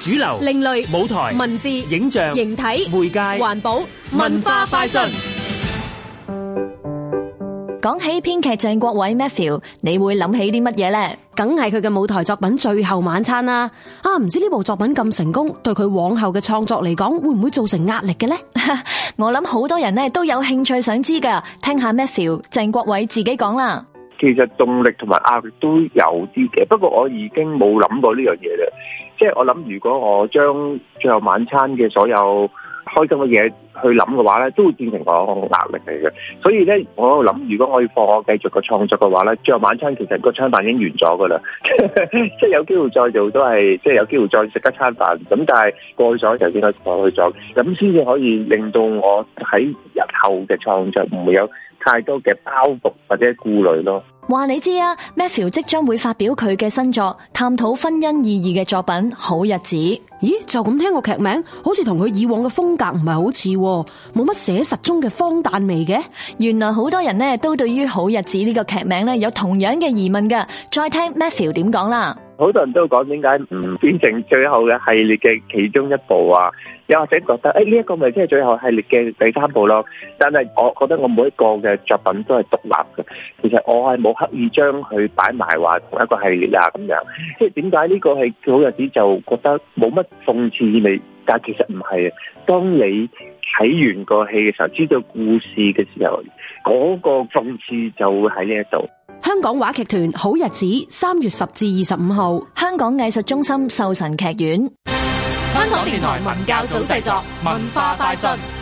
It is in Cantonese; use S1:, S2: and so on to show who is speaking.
S1: 主流、
S2: 另類
S1: 舞台、
S2: 文字、
S1: 影像、
S2: 形體、
S1: 媒介、
S2: 環保、
S1: 文
S2: 文
S1: 化
S2: 化
S1: 快
S2: 快
S1: 訊
S2: 訊。
S3: 講起編劇鄭國偉 Matthew，你會諗起啲乜嘢呢？
S4: 梗係佢嘅舞台作品《最後晚餐》啦。啊，唔知呢部作品咁成功，對佢往後嘅創作嚟講，會唔會造成壓力嘅呢？
S3: 我諗好多人呢都有興趣想知噶，聽下 Matthew 鄭國偉自己講啦。
S5: 其實動力同埋壓力都有啲嘅，不過我已經冇諗過呢樣嘢啦。即係我諗，如果我將最後晚餐嘅所有開心嘅嘢去諗嘅話咧，都會變成我壓力嚟嘅。所以咧，我諗如果我要放我繼續個創作嘅話咧，最後晚餐其實個餐飯已經完咗㗎啦，即係有機會再做都係，即係有機會再食一餐飯。咁但係過去咗就應該過去咗，咁先至可以令到我喺日後嘅創作唔會有太多嘅包袱或者顧慮咯。
S3: 話你知啊，Matthew 即將會發表佢嘅新作，探討婚姻意義嘅作品《好日子》。
S4: 咦，就咁聽個劇名，好似同佢以往嘅風格唔係好似喎，冇乜寫實中嘅荒誕味嘅。
S3: 原來好多人呢都對於《好日子》呢個劇名呢有同樣嘅疑問噶，再聽 Matthew 點講啦。
S5: 好多人都講點解唔變成最後嘅系列嘅其中一部啊？又或者覺得誒呢一個咪即係最後系列嘅第三部咯？但係我覺得我每一個嘅作品都係獨立嘅，其實我係冇刻意將佢擺埋話同一個系列啊咁樣。即係點解呢個係好日子就覺得冇乜諷刺意味？但係其實唔係啊。當你睇完個戲嘅時候，知道故事嘅時候，嗰、個諷刺就會喺呢一度。
S4: 香港話劇團《好日子》三月十至二十五號。
S3: 香港藝術中心壽臣劇院。
S2: 香港電台文教組製作，文化快訊。